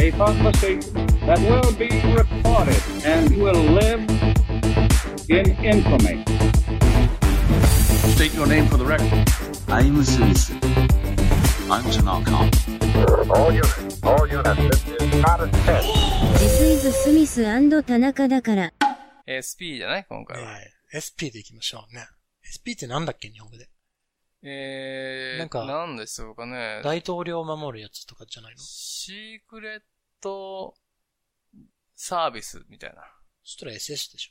a conversation that will be recorded and will live in infamy. State your name for the record. I'm a citizen. I'm Jamal Khan. All units, all units, this is not a test. This is Smith 田中だから。えー SP じゃない今回は。はい。SP で行きましょうね。SP ってなんだっけ日本語で。えー、ななんんかでしょうかね。大統領を守るやつとかじゃないのそシークレットサービスみたいしたら SS でし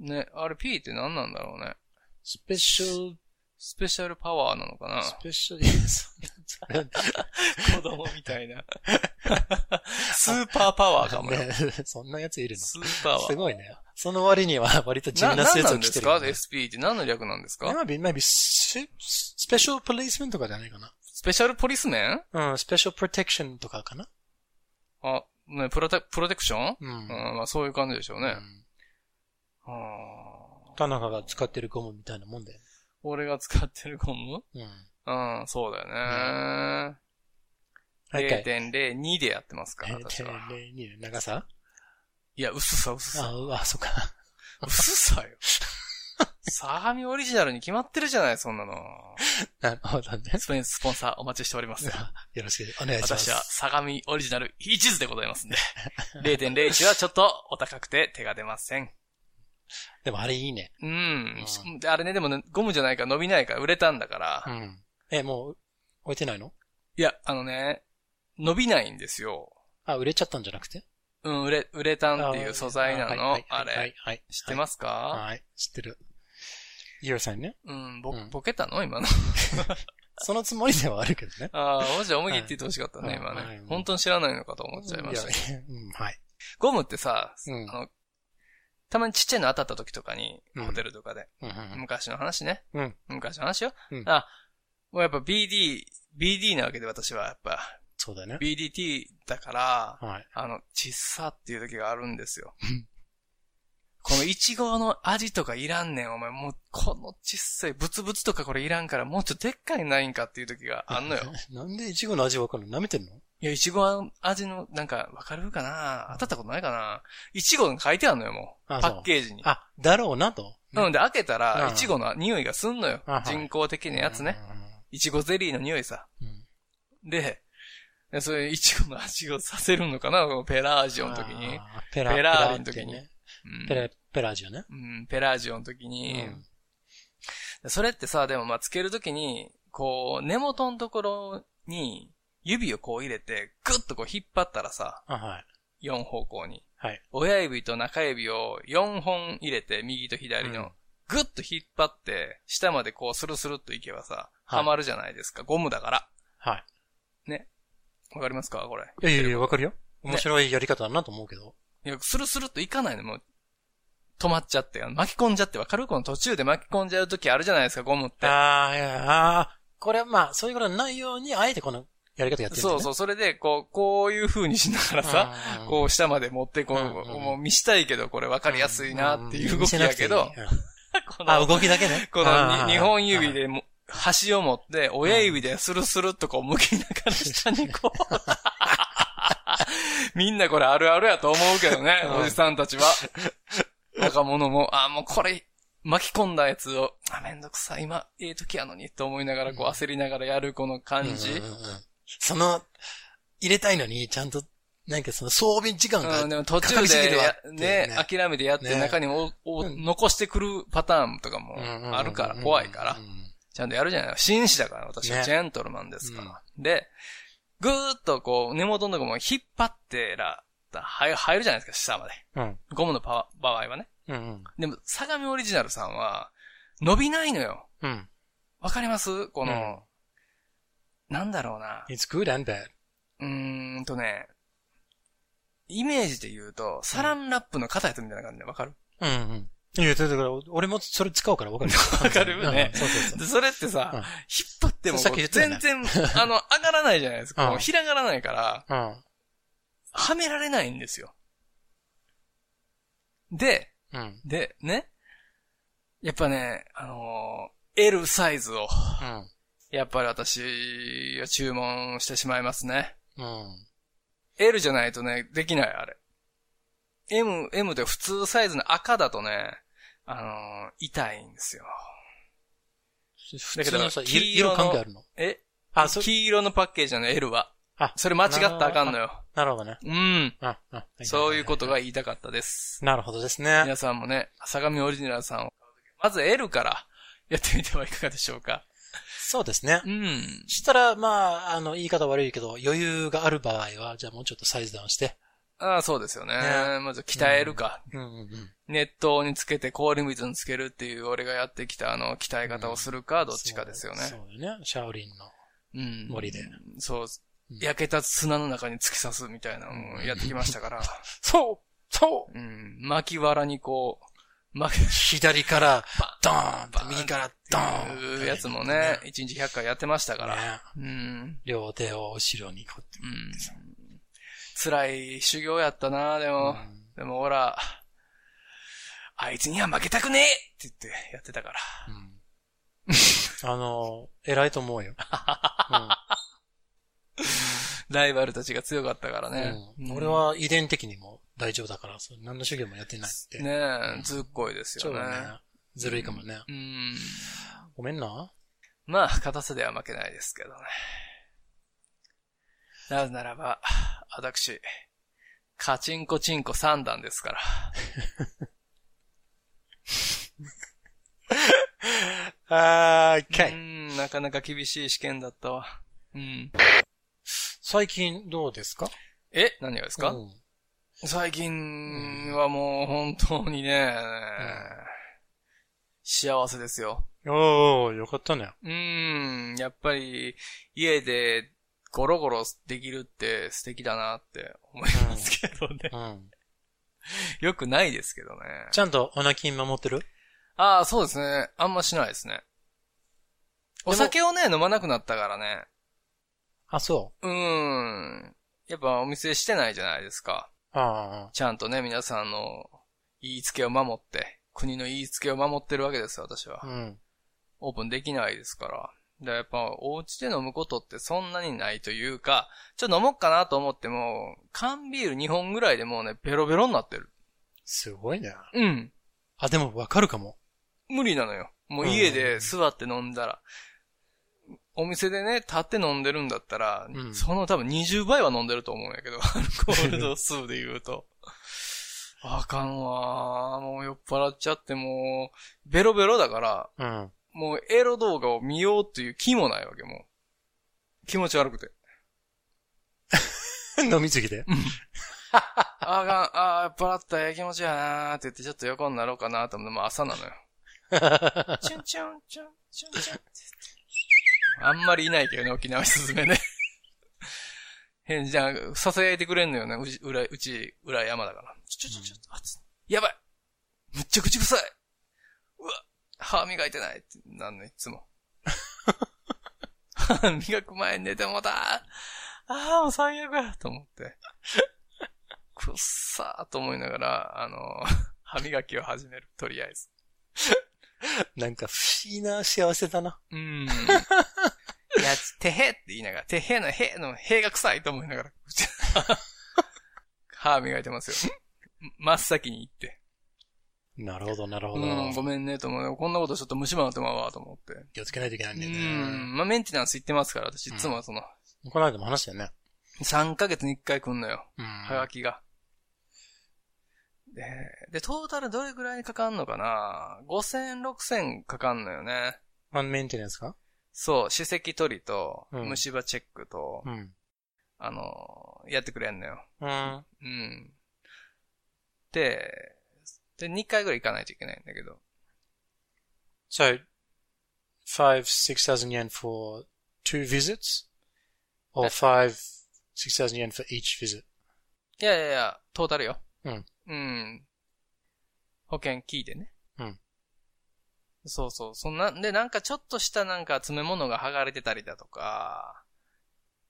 ょ。な。ね、あれ P って何なんだろうね。スペシャル、スペシャルパワーなのかなスペシャル、いやそんな、子供みたい な。スーパーパワーかもよ。ね、そんなやついるのスーパーは。すごいね。その割には割と地な、味な何スーツなをんで着てするよかね、 ?SP って何の略なんですか Maybe, maybe, ススペシャルポリスメンとかじゃないかスペシャルポリスメンな。うん、スペシャルプロテクションとかかな。あ、ね、プロテ、プロテクションうん。うん、まあそういう感じでしょううね。んはあ田中が使ってるゴムみたいなもんだよ俺が使ってるゴムね。うん、そうだよね。うん。はい、はい。 0.02でやってますから、私は。 0.02長さいや、薄さ、薄さ。あ、あ、そっか。 薄さよ。 相模オリジナルに決まってるじゃない、そんなの。なるほどね。スペンスポンサーお待ちしております。よろしくお願いします。私は相模オリジナル一途でございますんで。0.01はちょっとお高くて手が出ません。でもあれいいね。うん。であれね、でもね、ゴムじゃないから伸びないから売れたんだから。うん。え、もう、置いてないのいや、あのね、伸びないんですよ。あ、売れちゃったんじゃなくてうん、ウレ、ウレタンっていあーう素材なのは。いあはいれ。、はい。知ってますすか、はい、知ってる。イオさんね。うん、ぼうん、ボケたの今の。そのつもりではあるけどね。ああ、もし思い切って言ってほしかったね、はい今はいね。本当に知らないのかと思っちゃいました。いやいやうん、はい。ゴムってさ、うんあの、たまにちっちゃいの当たった時とかに、うんホテルとかで、うんうんうん昔の話ね。うん昔の話よ。うんあ、もうやっぱ BD、BD なわけで私はやっぱ、そうだね。 BDT だから、はい。あの、ちっさっていう時があるんですよ。このイチゴの味とかいらんねん、お前。もう、このちっさい、ブツブツとかこれいらんから、もうちょっとでっかいないんかっていう時があんのよ。 なんでイチゴの味わかるの舐めてんのいや、イチゴは味の、なんか、わかるかな当たったことないかなイチゴに書いてあんのよ、もう。パあッケージに。あ、だろうなと。うん、で、開けたら、うんイチゴの匂いがすんのよあはい。人工的なやつね。イチゴゼリーの匂いさ。うん。で、でそれ、イチゴの味をさせるのかなこのペラージうオん。の時に。あー。ペラ、ペペラーラリっの時てにね。うんペラ、ペラ味よね。うん、ペラージオの時うに、んそれってさ、でもまあ、つけるときに、こう、根元のところに、指をこう入れて、ぐっとこう引っ張ったらさ、あ、はい。 4方向に。はい親指と中指を4本入れて、右と左うんの、ぐっと引っ張って、下までこうスルスルっといけばさ、はいはまるじゃないですか。ゴムだから。はい。わかりますかこれ。いやいやいや、わかるよ。面白いやり方だなと思うけど。いや、スルスルっといかないの、もう。止まっちゃって、あの巻き込んじゃって、わかるこの途中で巻き込んじゃうときあるじゃないですか、ゴムって。ああ、いや、ああ、これはまあ、そういうことないように、あえてこのやり方やってるんだそうね。そうう、それで、こう、こういう風にしながらさ、さこう下まで持ってこう、うんうんもう見したいけど、これ分かりやすいなっていう動きやけうんど見、せなくていいうん こあ、の、動きだけね。こあのーに2本指。でも、端を持って、親指でスルスルっとこう向きながら下に こう、みんなこれあるあるやと思うけどねう、んおじさんたちは。若者も、あ、もうこれ、巻き込んだやつを、あ、めんどくさい、今、ええ時やのに、と思いながら、こう焦りながらやるこのはい感じ。うんうんうんその、入れたいのに、ちゃんと、なんかその装備時間うん、でが、も途かか中りすぎでるわやっていうねね、諦めてやってね中にもおおうん残してくるパターンとかもうんあるから、怖いからうん、うんちゃんとやるじゃない。紳士だから、私はねジェントルマンですから。で、ぐーっとこう、根元のとこも引っ張ってら、はい入るじゃないですか、下まで。うんゴムのパワ場合はね。うんうん。でも、相模オリジナルさんは、伸びないのよ。うん。わかりますこの、なんだろうな。 It's good and bad. うーんとね、イメージで言うと、サランラップの肩やつみたいな感じでわかるうんうん。いや、だから、俺もそれ使うからわかるよ。 わかるよねうんそうそうそで、う。それってさ、うん引っ張ってもさっき言ってたよ全ね然、あの、上がらないじゃないですか。うんもう開がらないから、うん。はめられないんですよ。で、うん。で、ね。やっぱね、あのー L サイズを、やっぱり私は注文してしまいますね。うん。うん。 L じゃないとね、できない、あれ。M、M で普通サイズの赤だとね、あのー痛いんですよ。普だけ通どのさ、色黄色の色関係あるのえあそ黄色のパッケージなの、L は。あそれ間違ったらあかんのよ。なるほどね。うん。あ、あ、はいそういうことが言いたかったです。なるほどですね。 皆さんもね、相模オリジナルさんを買うときまず L からやってみてはいかがでしょうか。そうですねう。ん。したら、まあ、あの、言い方悪いけど、余裕がある場合は、じゃあもうちょっとサイズダウンして。ああ、そうですよね。ねまず鍛えるか。うんうんうん。熱湯につけて氷水につけるっていう俺がやってきたあの、鍛え方をするか、どっちかですよね。そうそうよね。シャオリンの。うん。森で。そう。ん焼けた砂の中に突き刺すみたいなのをやってきましたから。 そうそうん。巻き藁にこう、巻きう左から、ドーンってバーン右から、ドーンいうやつもね、1日100回やってましただから。うん。両手を後ろにこうやって。うん。辛い修行やったな、でも。でもほら、あいつには負けたくねえって言ってやってたから。うん。あの、偉いと思 うよ。ライバルたちが強かったからうんね。うんうん俺、は遺伝的にも大丈夫だから、そう何の修行もやってないって。ねえ、ずっこいですそようね。だね。ずるいかもね。うん。ごめんな。まあ、硬さでは負けないですけどね。なぜならば、私、カチンコチンコ3段ですから。あー、う。ん、なかなか厳しい試験だったわ。うん。最近どうですかえ何がですか、うん最近はもう本当にね、幸せですよ。おー、よかったね。うーん、やっぱり家でゴロゴロできるって素敵だなって思いますけどね。うん。よくないですけどね。ちゃんとお腹筋守ってるああ、そうですね。あんましないですね。お酒をね、飲まなくなったからね。あ、そうーん。やっぱお店してないじゃないですか。う。あちゃんとね、皆さんの言いつけを守って、国の言いつけを守ってるわけですよ、私はあ。。うん。オープンできないですから。で、やっぱ、お家で飲むことってそんなにないというか、ちょっと飲もうかなと思っても、缶ビール2本ぐらいでもうね、ベロベロになってる。すごいね。うん。あ、でもわかるかも。無理なのよ。もう家で座って飲んだら。お店でね、立って飲んでるんだったら、うんその多分20倍は飲んでると思うんやけど、ア ルコール度数で言う と。あかんわー。もう酔っ払っちゃってもう、ベロベロだから、うん。 もうエロ動画を見ようっていう気もないわけ、もう。気持ち悪くて。飲みすぎて。ああがん、ああ、酔っ払った、ええ気持ちやなーって言って、ちょっと横になろうかなと思って、もう朝なの よ。チュンチュン、チュン、チュンチュンって言って。あんまりいないけどね、沖縄すずめね。変じゃん、ささやいてくれんのよね、うち、裏、うち、裏山だから。ちょちょちょちょ、あつやばいむっちゃ口臭いうわ歯磨いてないってなんの、いつ も。歯磨く前に寝てもうたああ、もう最悪やと思って。くっさーと 思いながら、あの、歯磨きを始める、とりあえず。なんか不思議な幸せだな。うーん。いや、てへって言いながら、てへのへのへが臭いと思いながら、歯磨いてますよ。真っ先に行って。なるほど、なるほうど。ん、ごめんね、と思う。こんなことちょっと虫歯になってまうわ、と思って。気をつけないといけないんうだよん、ね。まあ、メンテナンス行ってますから、私、いつもその、この間も話したよね。 3ヶ月に1回来んのよ、うん。はがきが。で、で、トータルどれぐらいにかかんのかな ?5000、6000かかんのよね。ワンメンテナンスかそう、歯石取りと、うん虫歯チェックと、うん。あの、やってくれんのよ。うん。うん。で、で、2回ぐらい行かないといけないんだけど。 So, five, six thousand yen for two visits? Or five, six thousand yen for each visit? いやいやいや、トータルよ。うん。うん。保険聞いてね。うん。そうそう。そんな、で、なんかちょっとしたなんか詰め物が剥がれてたりだとか、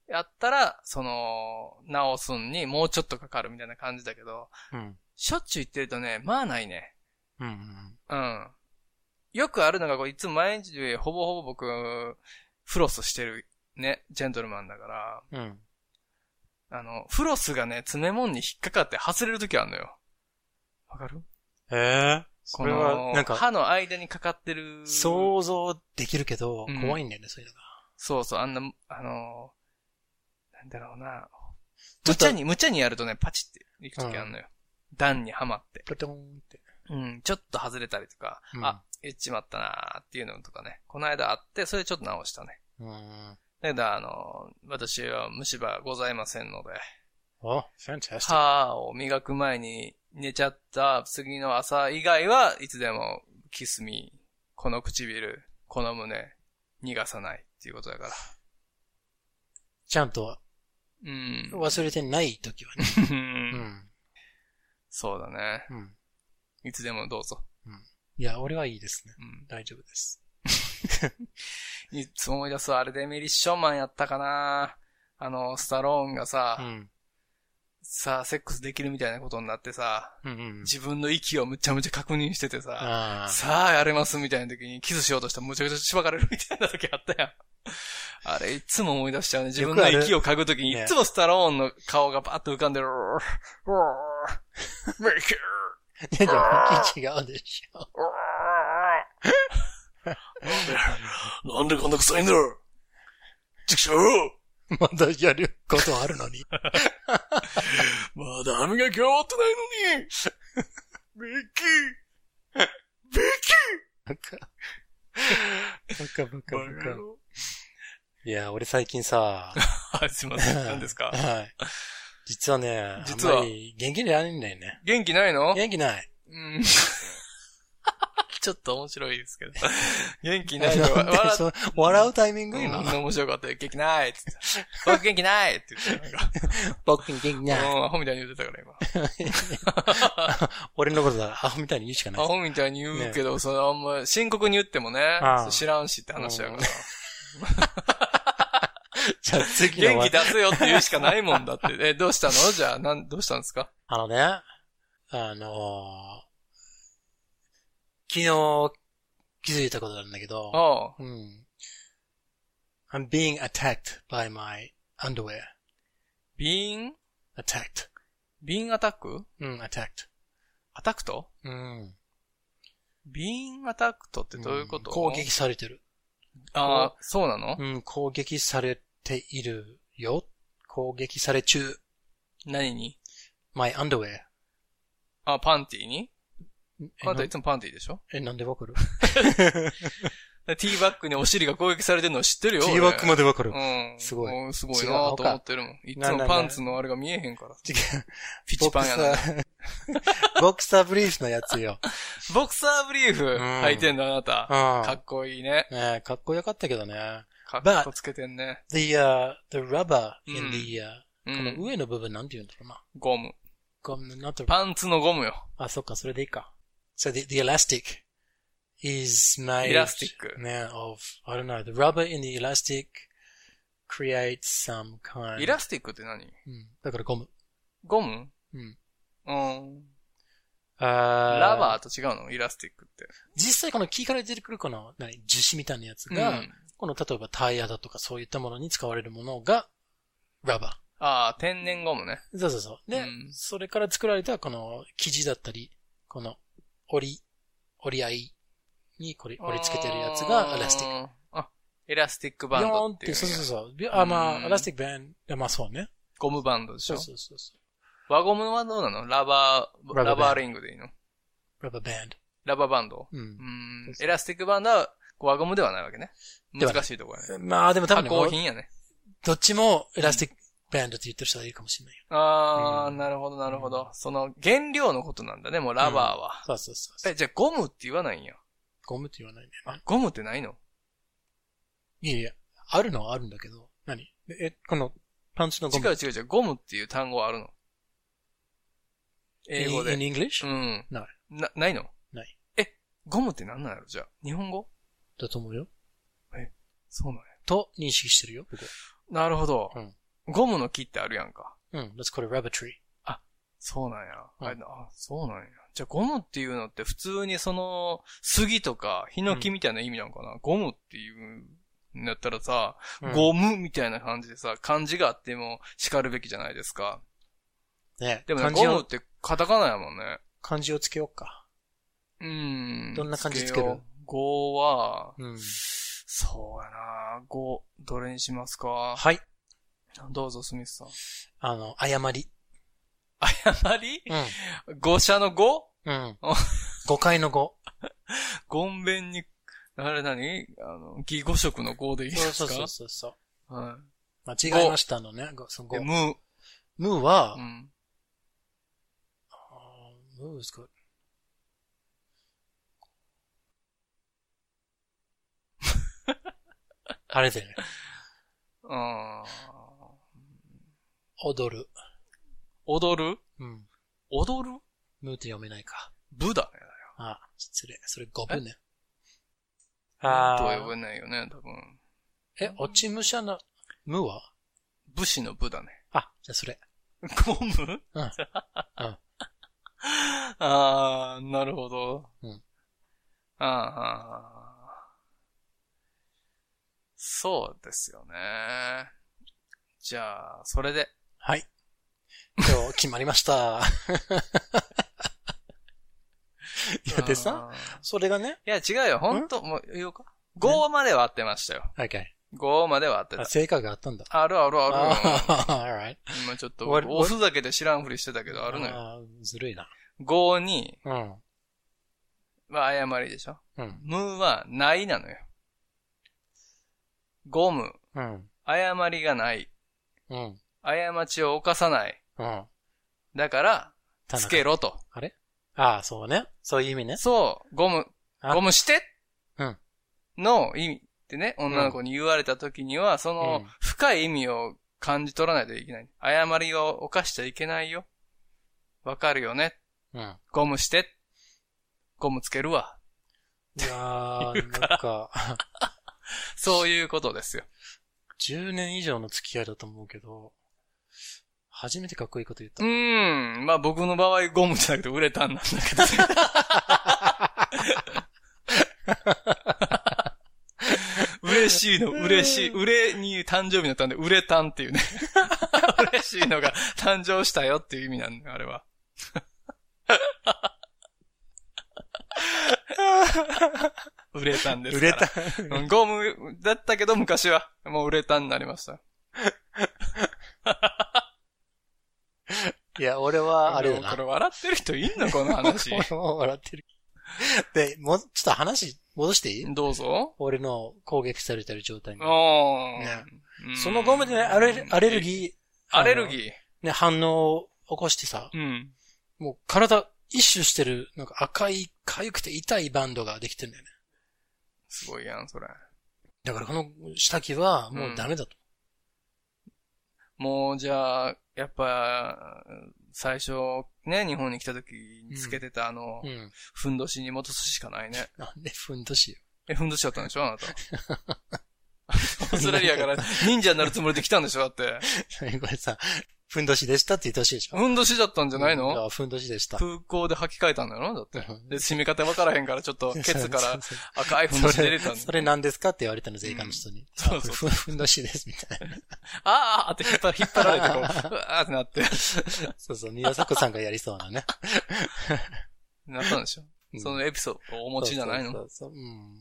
やったら、その、直すんにもうちょっとかかるみたいな感じだけど、うん。しょっちゅう行ってるとね、まあないね。うんううん。ん。よくあるのが、こういつも毎日、ほぼほぼ僕、フロスしてる、ね、ジェントルマンだから、うん。あの、フロスがね、詰め物に引っかかって外れるときあるのよ。わかるええそこれは、の、なんか、歯の間にかかってる。う。想像できるけどうん、怖いんだよね、そういうのが。そうそう、あんな、あのー、なんだろうな。ちょ無っと茶に、無茶にやるとね、パチって行くときあるのよ。段にはまって。プトンって。うん、ちょっと外れたりとか、うんあ、言っちまったなーっていうのとかね。この間あって、それちょっと直したね。うん。だけど、あのー、私は虫歯ございませんので、 Oh, fantastic. 歯を磨く前に寝ちゃった次の朝以外はいつでもキスミ、この唇、この胸、逃がさないっていうことだから。ちゃんとうん。忘れてない時はね。うん。そうだね。うん。いつでもどうぞ。いや、俺はいいですね。うん。大丈夫です。いつ思い出す、あれでエミリッションマンやったかなあの、スタローンがさ、うん。さあ、セックスできるみたいなことになってさ、うんうん。自分の息をむちゃむちゃ確認しててさ、あ あ。さあ、やれますみたいな時にキスしようとしたらむちゃくちゃしばかれるみたいな時あったやん。あれ、いつも思い出しちゃうね。自分の息を嗅ぐ時に、ねいつもスタローンの顔がバッと浮かんでる。ローローメイクでも、雰囲気違うでしょ。 なんでこんな臭いんだちくしょうまだやることあるのに。まだ歯磨き終わってないのにベッキーベッバカ。バカバキカーバカ。いや、俺最近さ、はい、すいません。 何ですかはい。実はね、実はあんまり元気でやれんだよね。元気ないの元気ない。うん。 ちょっと面白いです けど。元気ないよ。なんで笑っそう笑うタイミングうん今。面白かったよ。元気ないっつって。僕元気 ないって言って、なんか、僕元気な うん、アホみたいに言ってたから今。 俺のことだ、アホみたいに言うしかなアい。ホみたいに言うけど、それあんま、深刻に言ってもねああ、知らんしって話やから。じゃあ次の元気出せよって言うしかないもんだって。 え、どうしたのじゃあ、なん、どうしたんですかあのね、あのー昨日気づいたことなんだけど、ああ。うん。I'm being attacked by my underwear. ビーン Attacked. ビーンアタックうん、attacked. アタックとうん。ビーンアタックとってどういうこと、ん攻撃されてる。ああ、そうなの、うん、攻撃されているよ。攻撃され中。何に my underwear. あ、パンティーにえあなたないつもパンティーでしょえ、なんでわかるでティーバックにお尻が攻撃されてるのは知ってるよ。ティーバックまでわかる。俺うん。すごいうんすごい違なうとのか思ってるもん。いつもパンツのあれが見えへんから。違う。ピチパンやな。 ボクサーブリーフのやつよ。ボクサーブリーフん履いてんだ、あなた。かかっこいいね。ねえかっこよかったけどね。かっこつけてんね。 The, uh, the rubber う in ん the, uh, うこのん。上の部分なんて言うんだろうな。ゴム。ゴムなんてパンツのゴムよ。あ、そっか、それでいいか。So the, the elastic is made... Elastic. Yeah, of, I don't know, the rubber in the elastic creates some kind... イラスティックって何うん、だからゴム。ゴムうん。うん。あラバー。ーと違うのイラスティックって。実際この木から出てくるこの、何、樹脂みたいなやつが、うんこの例えばタイヤだとかそういったものに使われるものが、ラバああ、天然ゴムね。ー。そうそうそう。うで、んそれから作られたこの生地だったり、この折り、折り合いにこれ折り付けてるやつがエラスティック。ック。あ、エラスティックビバンヨドーンっっていて、う。そうそうそう。ビヨあ、まうんあ、エラスティックバンド、まあそうね。ゴムバンドでしそょうそうそうそ輪ゴムはどうなのラバー、ラバーバンドラバーリングでいいのう。ラバーバンド。ラバーバンドううんー。んそう。そうエラスティックバンドは輪ゴムではないわけね。ではない難しいところね。まあでも多加分ね、工品やね。どっちもエラスティックバンドって言ってる人はいるかもしれないよ。あー、うんなるほど、なるほど。その原料のことなんだね、もうラバーは。そうそうそうそうえ、。じゃあゴムって言わないんや。ゴムって言わないんだよね。あ、ゴムってないのいやいや、あるのはあるんだけど。何え、この、パンチのゴ違ム。う違う違う、ゴムっていう単語はあるの。英語で。In English? うん。ない。な、ないのない。え、ゴムってなんなんやろじゃあ。日本語だと思うよ。そうなんや。と認識してるよ、僕はなるほど。うんゴムの木ってあるやんか。うん、that's called a rubber tree. そうなんや。うんあれなあ、そうなんや。じゃあゴムっていうのって普通にその、杉とか、ヒノキみたいな意味なんかな、ゴムっていうやったらさ、うんゴムみたいな感じでさ、漢字があっても叱るべきじゃないですか。ねでもね、漢ゴ字ムっを、てカタカナやもんね。漢字をつけようか。うーん。どんな漢字つけるようゴは、うん。そうやなゴ、どれにしますかはい。どうぞ、スミスさん。あの、誤り。誤りう ん。誤射の誤 うん。誤解の誤。ゴンベンに、あれ何あの、義語色の語でいいでそうすそかうそうそうそう。は間違えましたのね。ごそのい。で、誤ムー。ムーはう、ん。ムー is good. あれだよね。あ踊る。踊るうん。踊るムーって読めないか。部だね。あ、失礼。それ五分ね。とはあ呼べないよね、多分。え、落ち武者の、無は武士の部だね。 あ、じゃあそ れ。ゴ ムうんうんあー、なるほど。うんあーあー。そうですよね。じゃあ、それで。はい。今日決まりました。いや、 でさ、あーそれがね、いや、違うよ。ほんと、もう言おうか。5までは合ってましたよ。 OK。 5までは合ってたあ、。成果があったんだ。あるある ある。ああ、alright。今ちょっと、 What- what- 押すだけで知らんふりしてたけど、あるのよ。あーずるいな。 5に、うん。は誤りでしょ。うん。無はないなのよ。ゴム、うん。誤りがない。うん。過ちを犯さない。うん。だから、田つ中けろと。ああ、そうね。そういう意味ね。そう、ゴム、あゴムしてうんの意味ってね、女の子に言われた時には、そのうん深い意味を感じ取らないといけない。誤りを犯しちゃいけないよ。わかるよね。 うん。ゴムして。ゴムつけるわ。いやー、なんか、そういうことですよ。 10年以上の付き合いだと思うけど、初めてかっこいいこと言っうた。ーん。まあ僕の場合ゴムじゃなくてウレタンなんだけど。嬉しいの、嬉しい。売れに誕生日のたんで、売れたんっていうね。嬉しいのが誕生したよっていう意味なんだよ、あれは。売れたんです売から。れた。うんゴムだったけど昔は、もうウレタンになりました。いや、俺は、あれだでもこなれ。笑ってる人いんのこの話。 俺も笑ってる。で、もう、ちょっと話、戻していいどうぞ。俺の攻撃されてる状態に。おねうんそのゴムでね、アレルアレルギー。アレルギー。ー。ね、反応を起こしてさ、うん。もう体一周してる、なんか赤い、痒くて痛いバンドができてるんだよね。すごいやん、それ。だからこの下着はもうダメだと。もう、じゃあ、やっぱ、最初、ね、日本に来た時につけてたあの、うん。ふんどしに戻すしかないね。なんでふんどしよ え、ふんどしだったんでしょあなた。 オーストラリアから忍者になるつもりで来たんでしょだって。う。これさ、ふんどしでしたって言ってほしいでしょ。ふんどしだったんじゃないうんのやふんどしでした。空港で履き替えたんだよなだって。で、締め方わからへんから、ちょっ と、ケツかそらうそうそう赤いふんどしそ出れれたん、だ。 それ何ですかって言われたの、税関の人に。そうあそうこれふんどしです、みたいな。あーあーって引っ張引っ張られて、こ う、うわーってなって。 そうそう、宮迫さんがやりそう なね。なったんでしょうんそのエピソードをお持ちじゃないのそうそうそううん。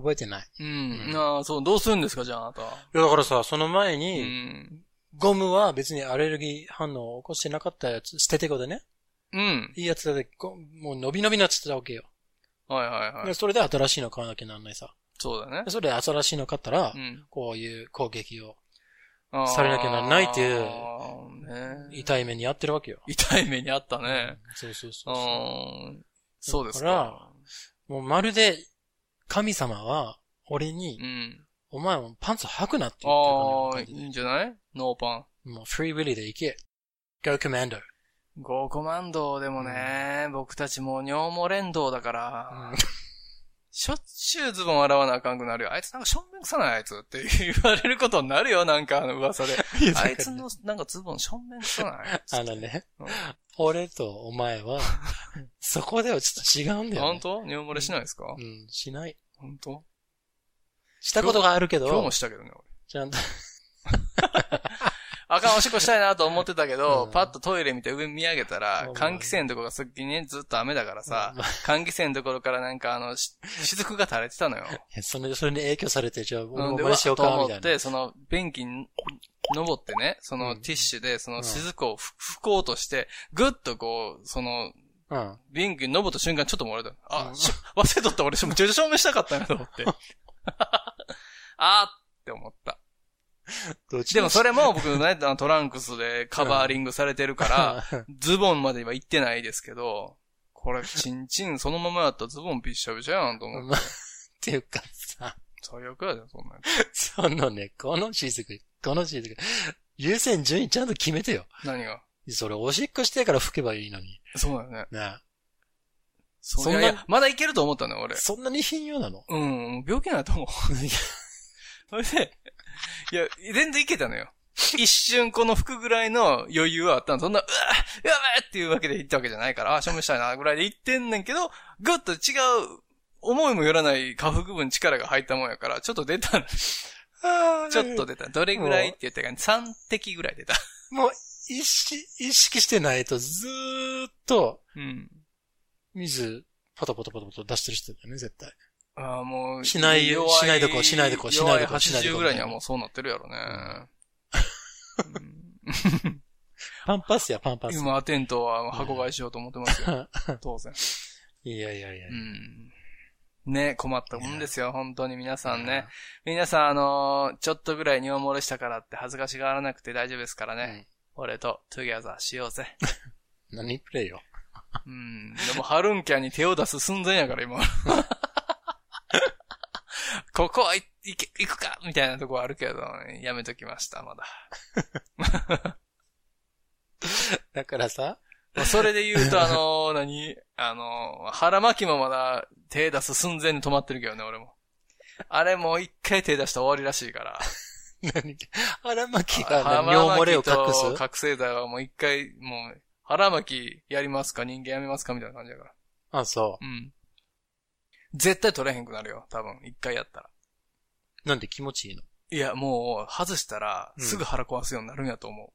覚えてない。うん。うんああ、そう、どうするんですか、じゃあ、あなた。いや、だからさ、その前うに、ん。ゴムは別にアレルギー反応を起こしてなかったやつ、捨ててこでね。うん。いいやつだって、こもう伸び伸びなっつってたわけよ。はいはいはでい。それで新しいの買わなきゃなんないさ。そうだねで。それで新しいの買ったら、うんこういう攻撃を、あー。されなきゃならないっていうあーね。痛い目にやってるわけよ。痛い目にあったね。そうそうそううそう。ん。そうですだかか。もうまるで、神様は、俺に、うん。お前もパンツ履くなって言ってるかのあようなあ、感いじでいんじゃないノーパン。もうフリーウィリーで行け。Go Commando. ゴーコマンドでもね、僕たちもう尿漏連動だから、しょっちゅうズボン洗わなあかんくなるよ。あいつなんかしょんべんくさないあいつって言われることになるよ、なんかあの噂で。あいつの なんかズボンしょんべんくさないあのねうん、俺とお 前は、そこではちょっと違うんだよ、本ね。当尿漏れしないですかうん、しない。本当したことがあるけ今日ども、したけどね、俺ちゃんと、あかん、おしっこしたいなと思ってたけど、うんパッとトイレ見て上見上げたらうん、換気扇のとこがさっきね、ずっと雨だからさうん、換気扇のところからなんかあの、し雫が垂れてたのよ。いやそれで、それに影響されて、じゃあ、俺うんもで、真似しようか、わみっとた思いっな。て、その、便器に、登ってね、そのうんティッシュで、そのん雫をふ拭こうとして、ぐっとこう、その、うん。便器に登った瞬間ちょっと漏れた。うあ、んし忘れとった俺、めちゃくちゃ証明したかったなと思って。 あーって思った。どっちでもそれも僕ね、 あのトランクスでカバーリングされてるから、 ら、ズボンまでは行ってないですけど、これ、チンチンそのままやったらズボンびっしゃびしゃやんと思う。まあっていうかさ、最悪やで、そんなんやつ。そのね、この雫、この雫、優先順位ちゃんと決めてよ。何がそれ、おしっこしてから吹けばいいのに。そうだよね。ねそそんんなな、いやまだいけると思ったのよ、俺。そんなに貧用なのうん、もう病気なんやと思う。 それで、いや、全然いけたのよ。一瞬この服ぐらいの余裕はあったの。そんな、うわやべえっていうわけで行ったわけじゃないから、あ、証明したいなぐらいで行ってんねんけど、ぐっと違う、思いもよらない下腹部に力が入ったもんやから、ちょっと出 たの。ちちょっと。出た。どれぐらいって言ったか、3滴ぐらい出た。もう、意識、意識してないとずーっと、うん。水、ポトポトポトポト出してる人だよね、絶対。ああ、もう。しない弱しないでこうしないでこうしないでこう弱しないでこ80うぐらいにはもうそうなってるやろね。 うんパンパスや、パンパス。今、アテントは箱買いしようと思ってますよ。当然。いやいやいや。うん。ね、困ったもんですよ、本当に皆さんね。皆さん、あのーちょっとぐらい尿漏れしたからって恥ずかしがらなくて大丈夫ですからね。俺と、トゥギャザーしようぜ。何プレイよ。うん。でも、ハルンキャに手を出す寸前やから、今。ここはい、いけ、行くかみたいなとこはあるけど、やめときました、まだ。だからさ、まあそれで言うと、あのー、 何あのー、腹巻きもまだ手出す寸前に止まってるけどね、俺も。あれもう一回手出したら終わりらしいから。何腹巻きが腹何尿漏れを巻き隠とす覚醒剤はもう一回、もう、腹巻きやりますか人間やめますかみたいな感じだから。あ、そうん。絶対取れへんくなるよ、多分。一回やったら。う。なんで気持ちいいのいや、もう、外したら、うんすぐ腹壊すようになるんやと思う。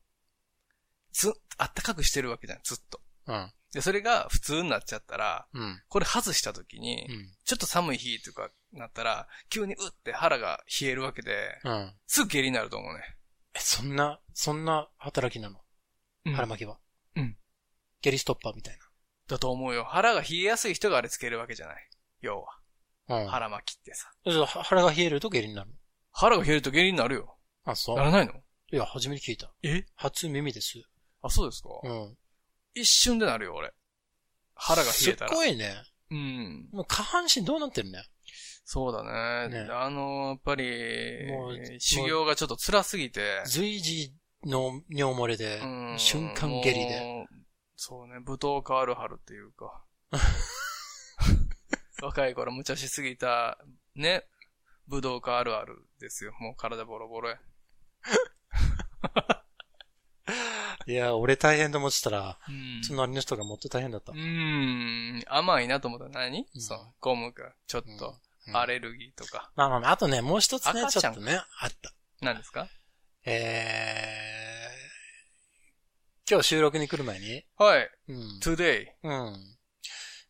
ず、あったかくしてるわけじゃん、ずっと。うん。で、それが普通になっちゃったら、うん。これ外した時に、うん。ちょっと寒い日とかなったら、急にうって腹が冷えるわけで、うん。すぐ下痢になると思うね。え、そんな、そんな働きなのうん腹巻きは。うん。ゲリストッパーみたいだと思うよ。腹が冷えやすい人があれつけるわけじゃない。要は。な。うん。腹巻きってさ。えじゃあは腹が冷えると下痢になるの腹が冷えると下痢になるよ。あ、そなう。らないのいや、初めて聞いた。え初耳です。あ、そうですか、うん。一瞬でなるよ、俺。腹が冷えたら。すっごいね。うん。もう下半身どうなってるね。そうだね。ねあの、やっぱりもう、修行がちょっと辛すぎて、随時の尿漏れでうん、瞬間下痢で。もうそうね、舞踏家あるはるっていう か。若い頃無茶しすぎた、ね、武道家あるあるですよ。もう体ボロボロや。いや、俺大変と思ってたら、うん隣の人がもっと大変だったう。ーん、甘いなと思ったら何、うんそう、ゴムが、ちょっと、うんアレルギーとか。まあまあまあ、あとね、もう一つね、赤ちちょゃんっとね、あった。何ですかえー、今日収録に来る前に、はい、うん。 today。うん。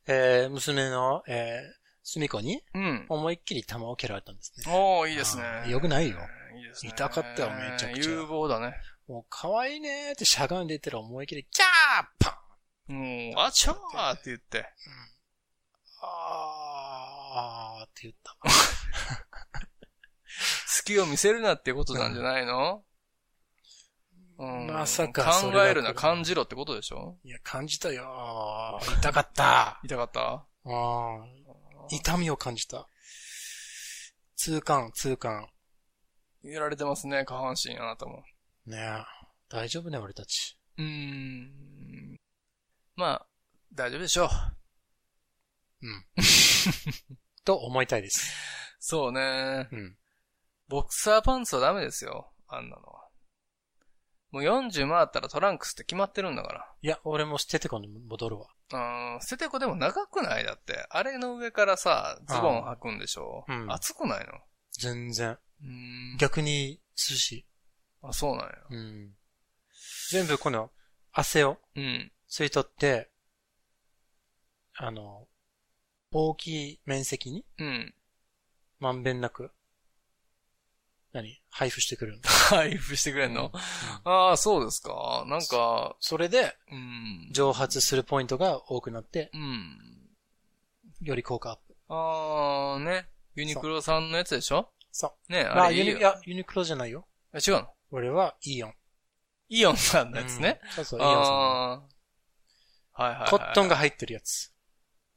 えー、娘の、えー、すみこに、うん。思いっきり球を蹴られたんですね。おー、いいですあね。ーよくないよ。いいですね。痛かったよめちゃくちゃ有望だね。もう、可愛いねーってしゃがんでいったら思いっきり、キャーパンうん、あちゃーって言って。あーって言った。隙を見せるなってことなんじゃないの、うん、まさかそ考れが来るえるな、感じろってことでしょいや、感じたよー痛かった。痛かったうん痛みを感じた。痛感、痛感。やられてますね、下半身、あなたも。ねえ大丈夫ね、俺たち。うーん。まあ、大丈夫でしょう。 と思いたいです。そうね。うん。ボクサーパンツはダメですよ、あんなのは。もう40回ったらトランクスって決まってるんだから。いや、俺も捨ててこに戻るわ。うん、捨ててこでも長くないだって。あれの上からさ、ズボン履くんでしょ、うん暑くないの全然。うん。逆に寿司。あ、そうなんや。うん。全部この汗をうん。吸い取って、あの、大きい面積にうん。まんべんなく、何配布してくるんだ。配布してくれんの、ああ、そうですか。なんか、それで、うん。蒸発するポイントが多くなって、うん。より効果アップ。ああ、ね。ユニクロさんのやつでしょそう。ね、まああ、れいユいニいよ。やユニクロじゃないよ。あ違うの俺はイオン。イオンさんのやつね。うん。そうそう、イオンさんの。ああ。はいはいはい。コットン。が入ってるやつ。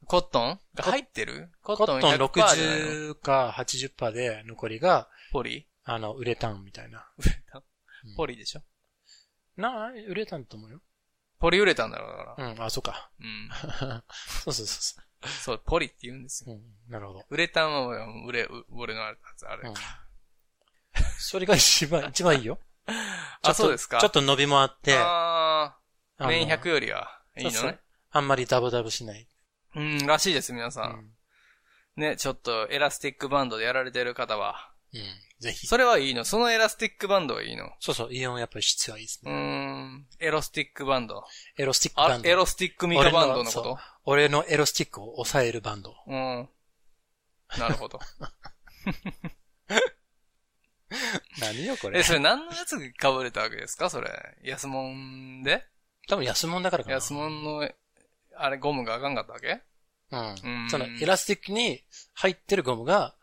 コットンが入ってるココッットトンン100%じゃないの60か80%で残りが、ポリあの、ウレタンみたいな。ウレタンうんポリでしょなあ、ウレタンだと思うよ。ポリウレタンだろうから。うん、あ、そうか。 うん。そうそうそうそそう、ポリって言うんですよ。う。うん、なるほど。ウレタンはウレ、う俺のあれあれうん。それが一番、 一番いいよ。あ、そうですかちょっと伸びもあって、ああ、あの年100よりはいいのそうそうね。あんまりダブダブしない。うん、らしいです、皆うさん。ん。ね、ちょっとエラスティックバンドでやられてる方は。うん、ぜひ。それはいいの。そのエラスティックバンドはいいの。そうそう、イオンやっぱり質はいいですうーね。ん、エロスティックバンド。エロスティックバあン、ド。エロスティックミカバンドのこそうと俺のエロスティックを抑えるバンド。うん。なるほ ど。何よ、こえ、。それ何のやつかぶれたわけですかそれ。安物で多分安物だからかな。安物の、あれ、ゴムがあかんかったわけうんう。んそのエラスティックに入ってるゴムが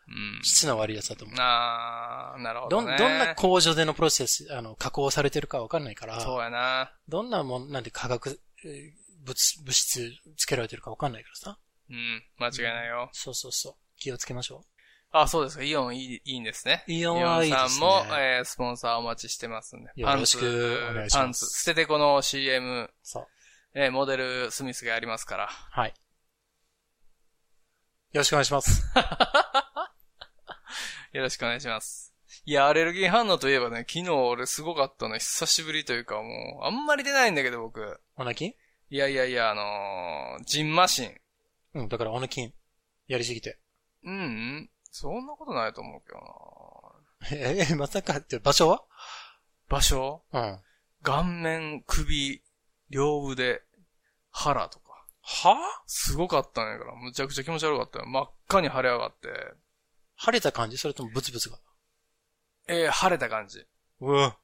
う質の悪いやつだと思う。ん。あー、なるほどど、ん、どね。んな工場でのプロセス、あの、加工されてるかわかんないから、そうやな。どんなもん、なんて化学、えー物、物質つけられてるかわかんないからさ。うん、間違いないよ。そうそうそう。気をつけましょあ、そうですか。イオンいい、いいんですね。イオンはいいですイオねンさんも、えースポンサーお待ちしてますんで。よろしくお願いしますパンツ、パンツ捨ててこの CM う。、そう。えーモデルスミスがやりますから。はい。よろしくお願いします。よろしくお願いします。いや、アレルギー反応といえばね、昨日俺すごかったの、久しぶりというかもう、あんまり出ないんだけど僕。オナキンいやいやいや、あのー、ジンマシン。うん、だからオナキン。やりすぎて。 うん、うん、そんなことないと思うけどなえ、えまさかって、場所は場所うん。顔面、首、両腕、腹とか。はすごかったんやから、むちゃくちゃ気持ち悪かったよ。真っ赤に腫れ上がって、晴れた感じそれともブツブツがえー、腫れた感じ。うわ。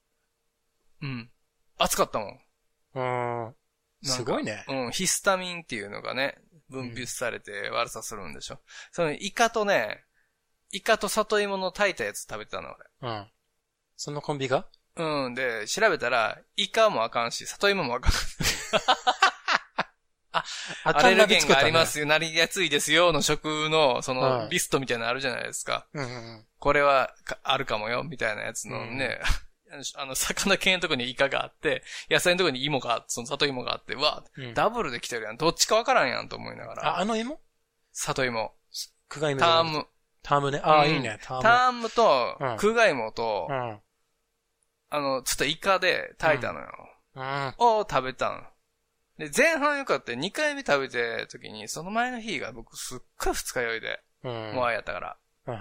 うん。熱かったもん。うん。なんかすごいね。うん、ヒスタミンっていうのがね、分泌されて悪さするんでしょ。その、イカとね、イカと里芋の炊いたやつ食べてたの、うん。そのコンビが俺。うん、で、調べたら、イカもあかんし、里芋もあかん。あアレルゲンがありま。すよ、なりやついですよ、の食の、そはの、いリストみたいなのあるじゃないですか。うんうんこれはかあるかもよ、みたいなやつのね、あの あの、魚系のとこにイカがあって、野菜のとこに芋があって、その里芋があって、うわ、うん。ダブルで来てるやん。どっちかわからんやんと思いながあ、ら。あの芋里芋。クガイター。ム。タームね。ああ、うんいいね。タターームとうん、クガイモと、ム。うん。あの、ちょっとイカで炊いたのよ。うん。を食べたん。で、前半よかった。2回目食べて時に、その前の日が僕すっごい二日酔いで、うん。もうあれやったから。うんうん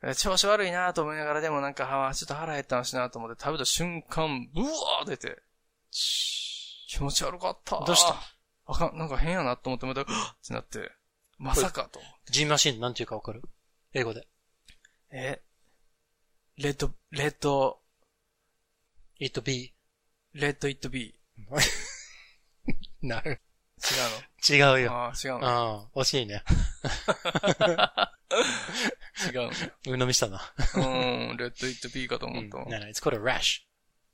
えー調子悪いなと思いながら、でもなんか、はあちょっと腹減ったんしなと思って食べた瞬間、ブワー出て、気持ち悪かった。どうしたあかん、なんか変やなと思って、また、はぁってなって、まさかと。ジンマシンなんていうかわかる英語で。え、レッド、レッド、 it be. レッドイットビー。違 なる。う違うのよ。ああ、違ううのん。惜しいね。違う鵜呑みしたな。 の。うん、レッドイットビーかと思ったわ。なな、it's called a rash.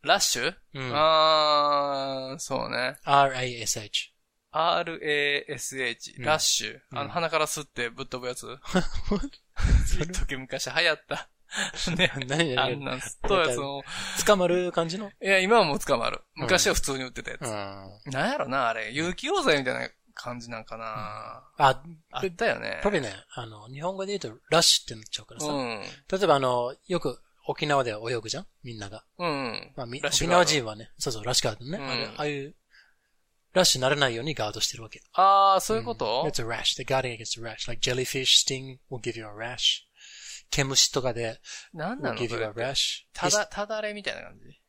ラッシュうん。あー、そうね。 r-a-s-h. RASH、うんラッシュ。うんあの、鼻から吸ってぶっ飛ぶ やつ一時昔流行った。 ね。何あ何ん何なん吸っとうやつの。捕まる感じのいや、今はもう捕まる。昔は普通に売ってたやうん。つ。あ、なんやろな、あれ。有機溶剤みたいな感じなんかな。あったよね。 probably ね、あの、日本語で言うと、ラッシュってなっちゃうからさ。うん。例えばあの、よく沖縄では泳ぐじゃんみんなが。うん。まあ、みラッシ沖ュガード縄人はね、そうそう、ラッシュガードね。うんあれああいう、ラッシュにならないようにガードしてるわけ。あー、そういうこと It's a rash. The guarding against a rash. Like jellyfish sting will give you a rash. 毛虫とかで、なんな will の give そ you れ a って rash. ただ、ただれみたいな感じ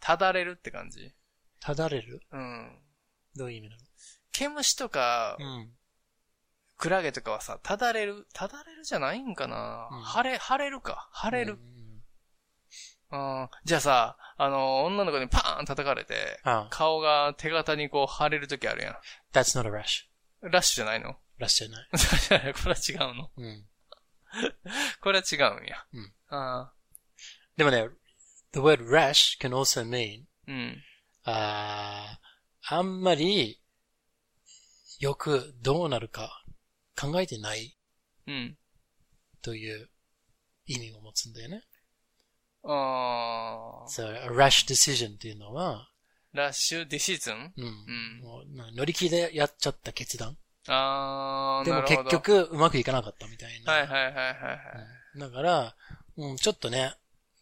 ただれるって感じただれるうん。どういう意味な毛虫とか、のうん。クラゲとかはさ、ただれる、ただれるじゃないんかな、うん腫れ、腫れるか。腫れるう。んうん。じゃあさ、あの、女の子にパーン叩かれて、ああ顔が手形にこう腫れるときあるや That's not a rash. ん。ラッシュじゃないの ラッシュじゃない。これは違うのうん。これは違うんや。うん。ああ。でもね、the word rash can also mean うん。あーあんまりよくどうなるか考えてないうん。という意味を持つんだよね。ああ。 So, a rash decision っていうのは、ラッシュディシーズンうん。んもうな乗り気でやっちゃった決断。ああ、でもなるほ結ど。。局うまくいかなかったみたいな。はいはいはいはいはい。うんだから、うん、ちょっとね、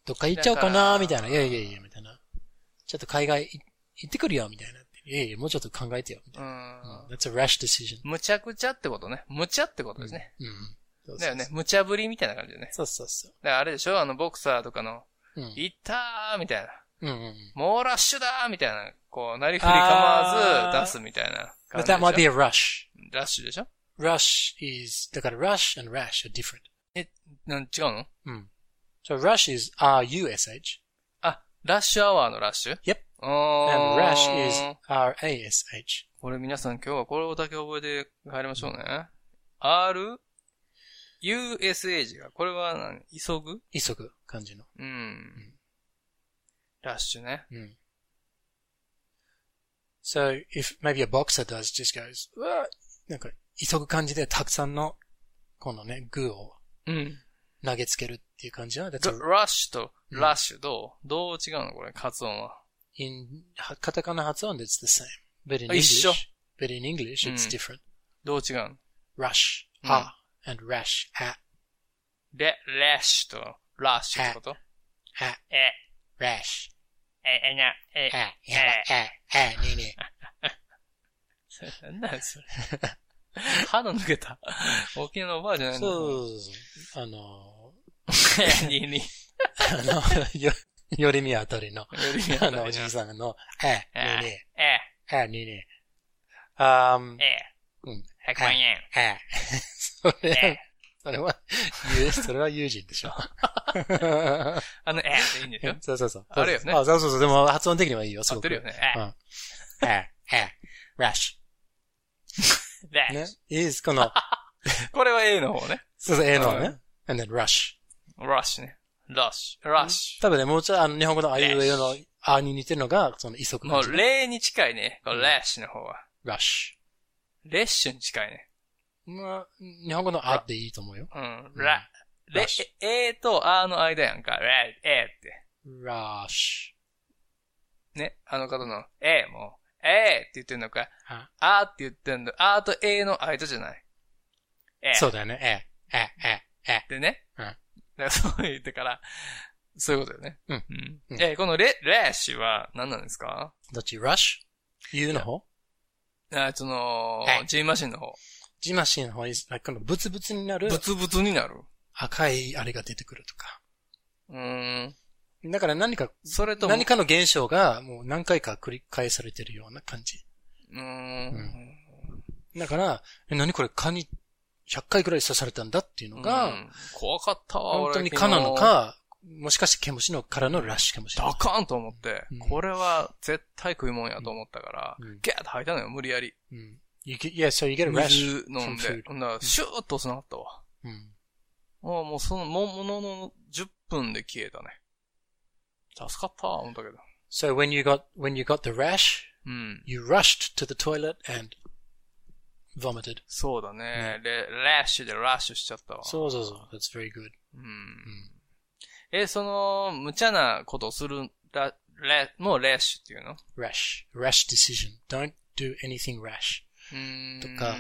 どっか行っちゃおうかな、みたいな。いやいやいや、みたいな。ちょっと海外い行ってくるよ、みたいな。いやいや、もうちょっと考えてよ、みたういんな。。That's a rash decision. むちゃくちゃってことね。むちゃってことですね。うん。うんそうそうそうだよね。。むちゃぶりみたいな感じでね。そうそうそだからあれでしょあの、ボクサーとかの、う。うん。いったーみたいな。うんうんうん。猛ラッシュだーみたいな。こう、なりふり構わずあー出すみたいな感 But じ that might で be しょ。 a rush. ラッシュでしょ Rush is, だから rush and rash are different. なん違うのうん。So rush is R-U-S-H. あ、ラッシュアワーのラッシュ Yep. うー And ん。 rash is R-A-S-H. これ皆さん今日はこれをだけ覚えて帰りましょうね。R、USH が、これは何急ぐ急ぐ感じの。うん。ラッシュね。 Mm. So if maybe a boxer does just goes, "Wah!" なんか急ぐ感じでたくさんのこのね、グーをうん。投げつけるっていう感じは、that's ラ a, ラッシュとラッシュどう、どう違うのこれ、発音は。 in はカタカナ発音 that's the same. But in あ一 English, 緒 but in English it's うん different. どう違うの Rush, うん ah, and rash, ah, レ、ラッシュとラッシュってこと ah, え、 rash, え、えな、え ah, yeah, ah, ah, nee, nee. なんなんそれ。歯の抜けた。沖縄のおばあじゃないのう。 そうそうそう。あの、にに。よ あの、 よ、よりみあたりの、りにあの、おじいさんの、え、えねえねえ、ええ、え、ねえねえ。あー、え、うん100万円。ええ。そえれ、それは、友それは友人でしょ。あの、ええでいいんでしょそうそうそう。あれよねあ、そうそうそう。でも発音的にはいいよ、す合ごっく。てるよね。えうんええ、ええ、え、rash。ラッねシ。いいです、この、ュ。これは A の方ね。そうそう、A のうね。and then rush。ラッシュね。ラッシュ、ラッシュ。多分ね、もうちょい、あの、日本語のあいうえおの、あに似てるのが、その、急ぐも感う、じ。例に近いね。このラッシュの方は。 rush。レッシュに近いね。まあ、日本語のあっていいと思うよ。うん。うんラ、レラッシュ、え、えとあの間やんか。え、えって。 rush。ね。あの方の、えも、えって言ってんのかあ。あって言ってんの。あとえの間じゃない。え。。そううだよね。ええ、ええ、えでね。うんだからそう言ってから、そういうことよね。うんう。うんんえ、このレ、ラッシュは何なんですかえ。どっち ?rush? 言うの方あ、そのは、いジンマシンの方。ジマシンの方に、なんかこのブツブツになるブツブツになる。赤いあれが出てくるとか。うーん。だから何か、それとも何、かの現象がもう何回か繰り返されてるような感じ。うー。うんだから、え、何これ蚊に100回くらい刺されたんだっていうのうが、ん怖かったわ、本当に俺蚊なの。か、もしかして毛虫のからのラッシュかもしれ昨な日いダ。カーンと思って、うんこれは絶対食い物やと思ったから、うんギャーッと吐いたのよ、無理やり。うん。You get, yeah, so you get a rash. 水飲ん from で food。ほんなら、シューッと押すなかったわ。うん。もう、もうその、も、ものの10分で消えたね。助かったわ、思ったけど。 So when you got, when you got the rash, うん。 you rushed to the toilet and vomited. そうだね。で、ラッシュでラッシュしちゃったわ。そうそうそう。That's very good. うん。え、その、無茶なことをする、ラ、ラ、もうラッシュっていうの Rash. Rash decision. Don't do anything rash. うーん。とか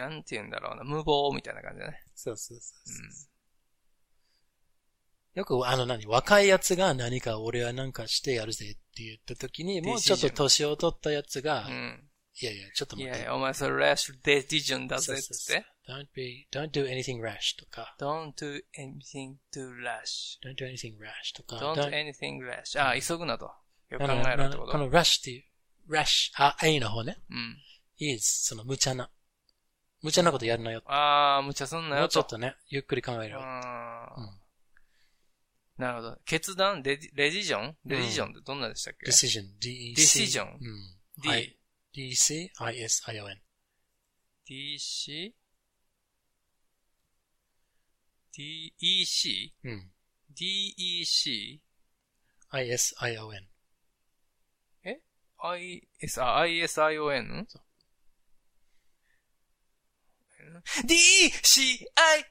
なんて言うんだろうな。無謀みたいな感じだね。そうそうそうよく、あの何、若いやつが何か俺は何かしてやるぜって言った時に、もうちょっと年を取ったやつが、うん。いやいや、ちょっとい待っやて。いや、お前それラッシュディジョンだぜそうっそうつそうって。 Don't be, don't do anything rash, とか。 don't do anything too rash. Don't do anything rash, とか。 don't do anything rash. あ、急ぐなと。よく考えろってこ。ことの rush っていう、rash、あ、A の方ね。うん。 is その無茶な。無茶なことやるなよ。ああ、無茶すんなもようちょとっ。とね、ゆっくり考えうろ。ーうんんなるほど。決断、レジレジジョンレジジョンってどんなでしたっけ decision, D-E-C。 decision うん。 D E Hmm. I- E D-E-C-I-S-I-O-N。 DC? DEC? うん。 DEC? I-S-I-O-N。 IS、あ、ISION? そう D-E-C-I-I-O-N!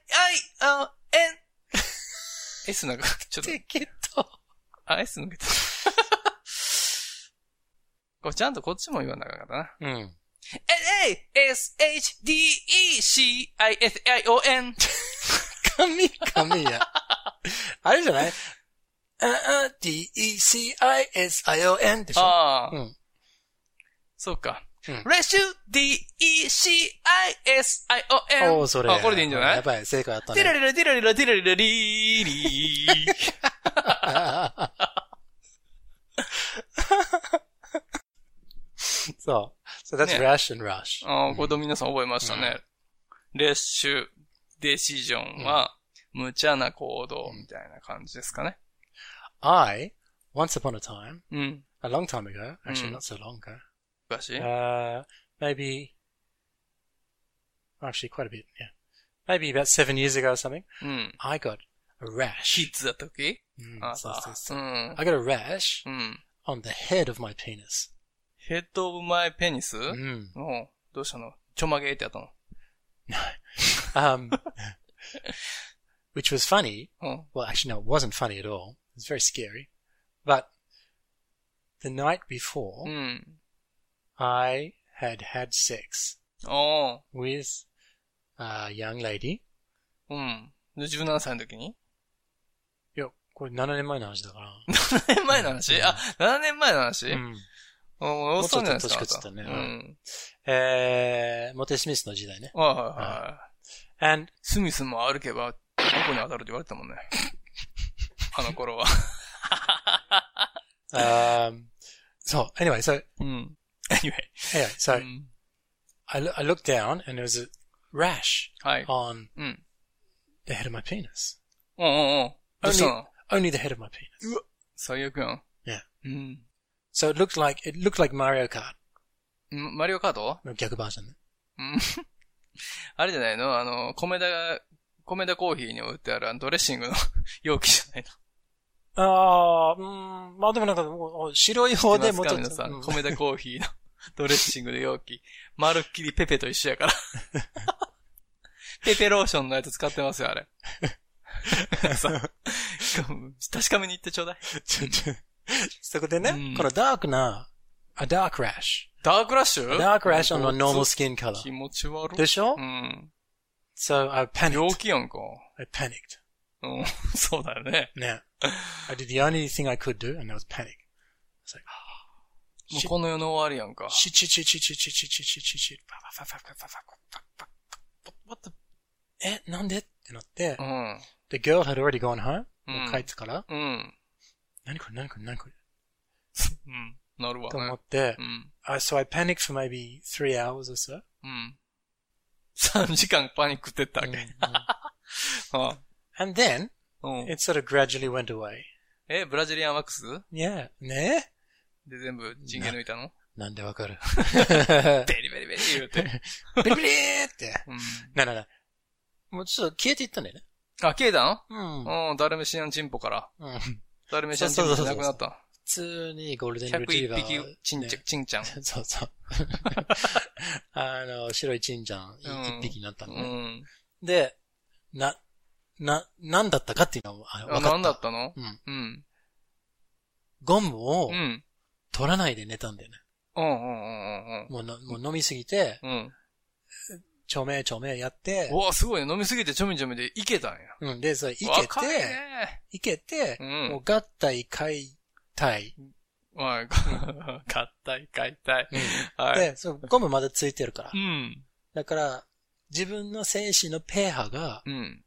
S なんか、ちょっと、テケット。あ、S 抜けた。 これちゃんとこっちも言わなあかんかったな。うん。 N-A-S-H-D-E-C-I-S-I-O-N! 神、神や。あれじゃないああ ?D-E-C-I-S-I-O-N でしょああ、うんそうか。うんレシュ D-E-C-I-S-I-O-N! おお、それ。あ、これでいいんじゃな Oh, やいばい、正解あったティラね。リラティラリラティラリラリーリー。 そう。So that's ね rash and rush. ああ、これと皆さん覚えましたね。レッシュ、デシジョンは、無茶な行動みたいな感じですかね。 I, once upon a time, うん。 a long time ago, actually Mm. not so long ago, 昔 Uh, maybe, actually quite a bit, yeah. Maybe about seven years ago or something, うん。 I got a キッ rash. ズだった時 Mm, あ so- so- あ、う so- ん。 I got a rash うん。 on the head of my penis. ヘッドオブマイペニス Mm. おうどうしたのちょまげーってやったの Um, which was funny. うん。 Well, actually, no, it wasn't funny at all. It was very scary. But the night う before, ん。 I had had sex おう with a young lady. うん。で17歳の時 にいや、これ7年前の話だから。 ?7 年前の話あ、7年前の話うんおうおっさんじゃないですか。もうちょっと年食ってたねあなうん。えー、モテ・スミスの時代ね。はいはいはい。er And, スミスも歩けば、猫に当たるって言われてた もんね。あの頃は。 um, so, anyway, so, うん。anyway. anyway, so うん、 I, loo- I looked down and there was a rash はい。 on うん。 the head of my penis. うんうんうん。どうしたの Only the head of my penis. 最悪やん。 Yeah. うん。 So it looked like, it looked like Mario Kart. んマリオカートの逆バージョンね。うんあれじゃないのあの、米田が、米田コーヒーに置いてあるあのドレッシングの 容器じゃないのあー、うん、まあでもなんか、もう白い方でもうちょっ知ってますとか皆うん さん、米田コーヒーの ドレッシングの容器。まるっきりペペと一緒やから。ペペローションのやつ使ってますよ、あ れ。皆さん確かめに行ってちょうだい。ちょちょそこでね、うんこのダークな、a dark rash. ダークラッシュ A dark rash on a normal ず skin っと color. 気持ち悪い。でしょうん。 So I 病 panicked. 気やんか。 I panicked. うん。 そうだよね。 Now, I did the only thing I could do, and that was panic. I was like, もう shit, この世の終わりやんか。 shit, shit, shit, shit, shit, shit, shit, shit, shit, shit, shit, fuck, fuck, fuck, fuck, fuck, fuck, fuck, fuck, what the? Eh, え、なんでってなってう、ん。 the girl had already gone home, うんもう帰ってたから、うん。何これ、何これ、何これ、うん。なるわと思ね。ってう、ん。 I- so I panicked for maybe three hours or so. うん。3時間パニックってったわけ。うんうんあ Mm, And then, うん。 it sort of gradually went away. え、ブラジリアンワックス Yeah. ねで全部チンゲ抜いたのなんでわかる ベリベリベリ言うて。ビリビリーって。うん。ななな。もうちょっと消えていったんだよね。あ、消えたうん。のうん。誰も知らんチンポから。うん誰も知らんチンポじゃなくなった。普通にゴールデンレトリ101ーバー。匹チンチねン、チンちゃん。 そうそう。あの、白いチンちゃうん、ん一匹になったのうね。ん。で、な、な、なんだったかっていうのはああ、分かなんっだたっ。たのうん。うん。ゴムをうん。取らないで寝たんだよね。うんうんうんうんもうのもう飲みすぎて、うん。うん。ちょめちょめやってう、わ、すごいね。飲みすぎてちょみちょみでいけたんや。うん、で、それ、いけて、若いね。いけて、うんもう合体解体。はい。 合体、解体。はい。で、そうゴムまだついてるからう。ん。だから、自分の精子のペーハがうん。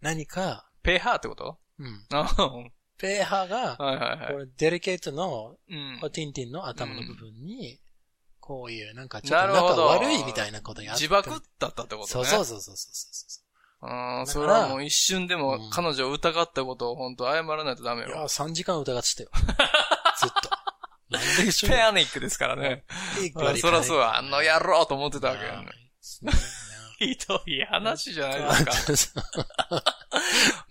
何か、ペーハーってことうん。あはペーハが、いはいこはい。れデリケートの、うん。ティンティンの頭の部分に、こういう、なんかちょっと仲悪いみたいなことやって自爆だったってことね。そうそうそうそうそうそああ、だからそれはもう一瞬でもうん彼女を疑ったことを本当謝らないとダメう。いや、よ。 3時間疑って たよ。ずっと。なんで一緒にペアニックですからね。ピークあそらそううや、あの野郎と思ってたわけややね。ひどい話じゃ ないですか。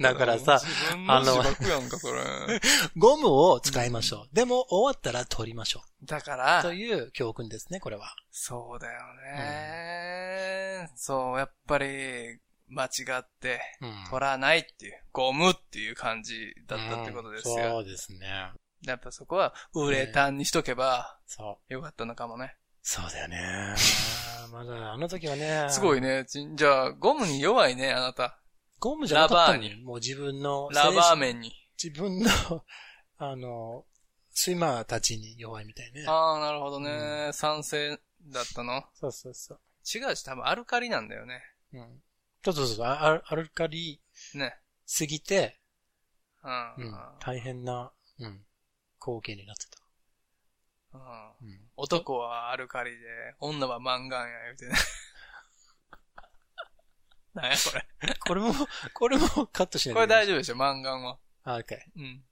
だからさ、自分の自爆やんか、それ。ゴムを使いましょう。でも終わったら取りましょだかう。らと、いう教訓ですね、これは。そうだよね。そう、やっぱり、間違って、うん取らないっていう、ゴムっていう感じだったってことですうんよ。そうですね。やっぱそこは、ウレタンにしとけば、そう。よかったのかもね。そうだよね。まだ、あの時はね。すごい。ね。ちじゃあ、ゴムに弱いね、あなた。ゴムじゃなかったラのバーに。もう自分の、ラバーメンに。自分の、 あの、スイマーたちに弱いみたいね。ああ、なるほどね。酸性だったのそうそうそう。違うし、多分アルカリなんだよね。うん。そうそうそう。あアルアルカリね。すぎて、うん。ううんん。大変な、うん。光景になってた。 うん。男はアルカリで、女はマンガンや、言うてね。 なんやこれ。これも、これもカットしないこれ大丈丈夫でしょ、マンガンは。夫。あ、OK。うん。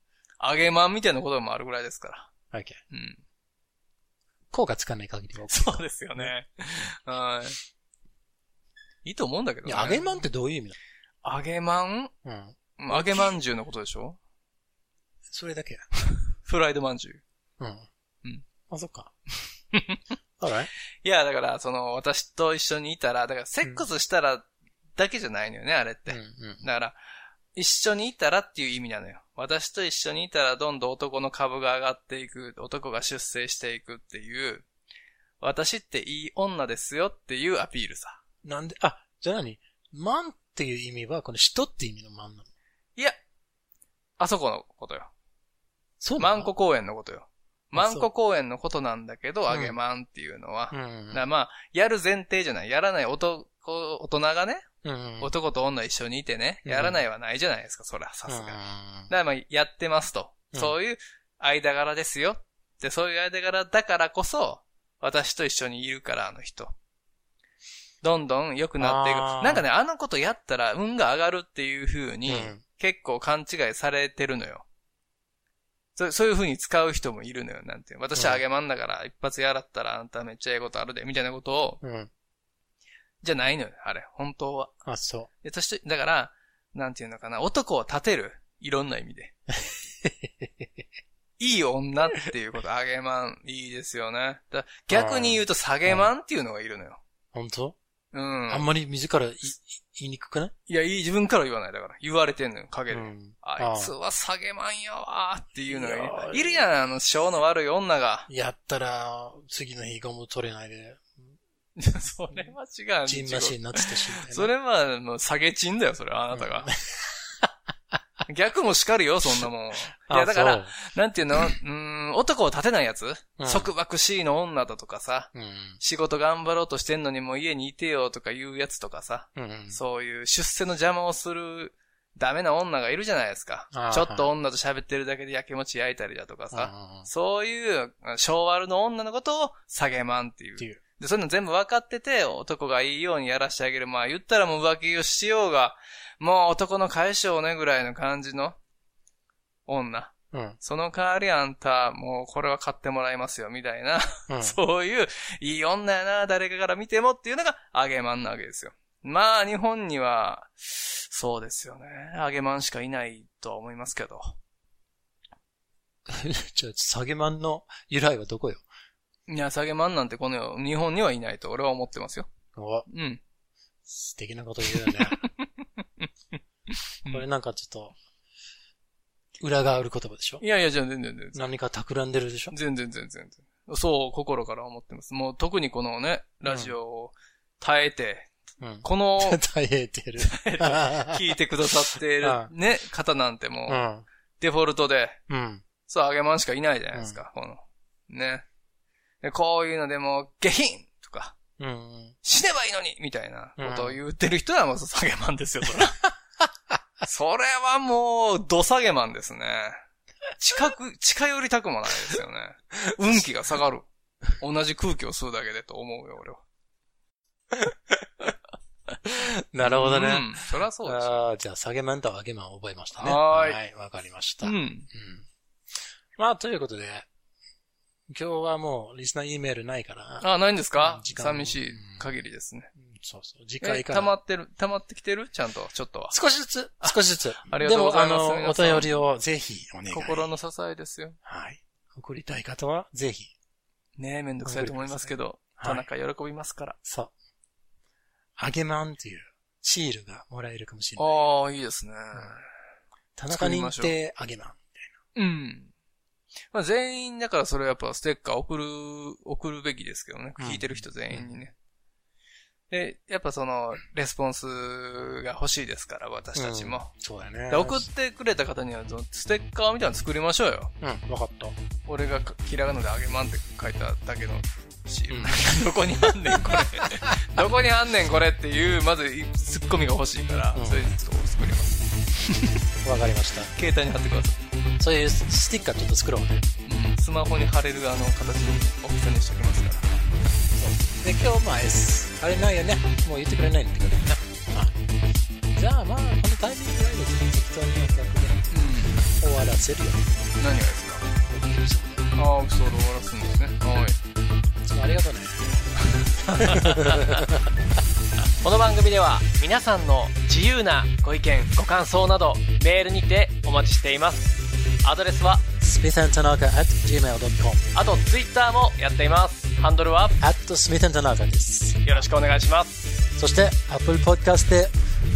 揚げマンみたいなこともあるぐらいですから。 OK。うん。効果つかない限りは OK。そうですよね。はい。いいと思うんだけどいね。や、揚げまんってどういう意味揚げまんなのうん。うん揚げまんじゅうのことでしょそれだけ。フライドまんじゅう。うん。うん。あ、そっ か。あらいや、だから、その、私と一緒にいたら、だから、セックスしたらだけじゃないのよね、あれって。うんうん。だから、一緒にいたらっていう意味なのよ。私と一緒にいたらどんどん男の株が上がっていく、男が出世していくっていう、私っていい女ですよっていうアピールさ。なんで、あ、じゃあ何マンっていう意味は、この人って意味のマンなのいや、あそこのことよ。そうなマのンコ公園のことよ。マンコ公園のことなんだけど、うんあげまんっていうのは。うんだからまあ、やる前提じゃない。やらない男、大人がね、うん。うん。男と女一緒にいてね、うんやらないはないじゃないですか、そら、さすがに。だかが。らまあ、やってますと。うんそういう間柄ですよ。で、そういう間柄だからこそ、私と一緒にいるから、あの人。どんどん良くなっていく。あーなんかね、あのことやったら運が上がるっていう風に、うん結構勘違いされてるのよ。そそういう風に使う人もいるのよ、なんて。私はあげまんだから、一発やらったらあんためっちゃええことあるで、みたいなことを、うん。じゃないのよ、あれ、本当は。あ、そで、そして、だから、なんていうのかな、男を立てる。いろんな意味 で。いい女っていうこと、あげまん、いいですよね。だ逆に言うと、下げまんっていうのがいるのよ。う。本当、うあんん。まり自らいい言いにくくないいや、いい、自分からは言わない。だから、言われてんのよ、う陰で。ん。あいつは下げまんやわーっていうのいがやいーる。いるやん、あの、性の悪い女が。 やったら、次の日ゴム取れないで、それは違う。ジンマシンになってたし、みたいな。それは、もう、下げちんだよ、それは、あなたが。逆も叱るよ、そんなもん。いあ、や、だからそ、なんていうのうーん、男を立てないやつ、うん束縛しいの女だとかさ、う。仕事頑張ろうとしてんのにもう家にいてよとか言うやつとかさ、うん。うん。そういう出世の邪魔をするダメな女がいるじゃないですかあ。ーちょっと女と喋ってるだけでやきもち焼いたりだとかうんさ、うんうん。そういう、昭和の女のことを下げまんっていってう。いう。で、そういうの全部分かってて、男がいいようにやらしてあげる。まあ言ったらもう浮気をしようが、もう男の解消ねぐらいの感じの女。うん。その代わりあんた、もうこれは買ってもらいますよ、みたいな、うん。 そういう、いい女やな、誰かから見てもっていうのが、あげまんなわけですよ。まあ、日本には、そうですよね。あげまんしかいないとは思いますけど。じゃあ、下げまんの由来はどこよ いや、下げまんなんてこの世、日本にはいないと俺は思ってますよ。おうん。素敵なこと言うよね うん。これなんかちょっと、裏がある言葉でしょいやいや、じゃあ全然全然。何か企んでるでしょ全然全然全然。そう、心から思ってます。もう特にこのね、ラジオを耐えて、うん。こ の、 耐えてる。聞いてくださっているうね、方なんてもう、うん。デフォルトで、うん。そう、あげまんしかいないじゃないですか、この。ね。で、こういうのでも、下品とか、 Mm. 死ねばいいのにみたいなことを言ってる人はもう下げマンですよ、それ は。それはもう、ど下げマンですね。近く、近寄りたくもないですよね。運気が下がる。同じ空気を吸うだけでと思うよ、俺は。なるほどね。うん。そりゃそうですよ。あーじゃあ、下げマンと上げマンを覚えましたね。はーいい。わかりましうた。ん。うんまあ、ということで、今日はもう、リスナー E メールないから、あ、ないんですかうん時間寂しい限りですね。そうそう、次え、回か溜ら。まってる、溜まってきてるちゃんと、ちょっとは。少しずつ、少しずつ。ありがとうございますでも、皆あさんの、お便りをぜひお願い。心の支えですよ。はい。送りたい方は、ぜひ。ねえ、めんどくさいと思いますけど、は田い。中喜びますから。そう。あげまんっていうシールがもらえるかもしれない。ああ、いいですね。田中認定あげまん。うん。まあ、全員、だからそれはやっぱステッカー送る、送るべきですけどね。うん聞いてる人全員にね。で、やっぱその、レスポンスが欲しいですから、私たちも。うんそうだね。で送ってくれた方には、そのステッカーみたいなの作りましょうよ。うん、わかった。俺がひらがなであげまんって書いただけのシール。うん どこにあんねんこ れ。どこにあんねんこれっていう、まずツッコミが欲しいから、うんそれちょっと作ります。わかりました。携帯に貼ってくださそういうスティッカーちょっと作ろうね。い。うん、スマホに貼れるあの形の大きさにしておきますから。で、今日まあ S、あれないよね。もう言ってくれないんだけどね。はいじゃあまあ、このタイミングぐらいで適当に音楽でうん。終わらせるよ。何がですかああ、エピソード終わらすんですね。はい。ちょっとありがとうね。この番組では皆さんの自由なご意見ご感想などメールにてお待ちしていますアドレスはスミ t h a n t a n a k a gmail.com あとツイッターもやっていますハンドルは at smithandtanaka です。よろしくお願いしますそして Apple Podcast で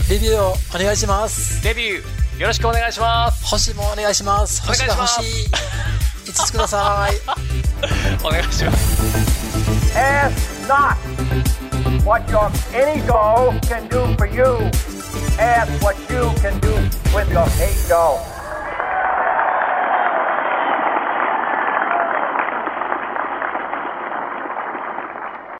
レビューをお願いします。デビューよろしくお願いします星もお願いします。星が欲しい。5つください。お願いします Ask not what your any doll can do for you. Ask what you can do with your eight doll.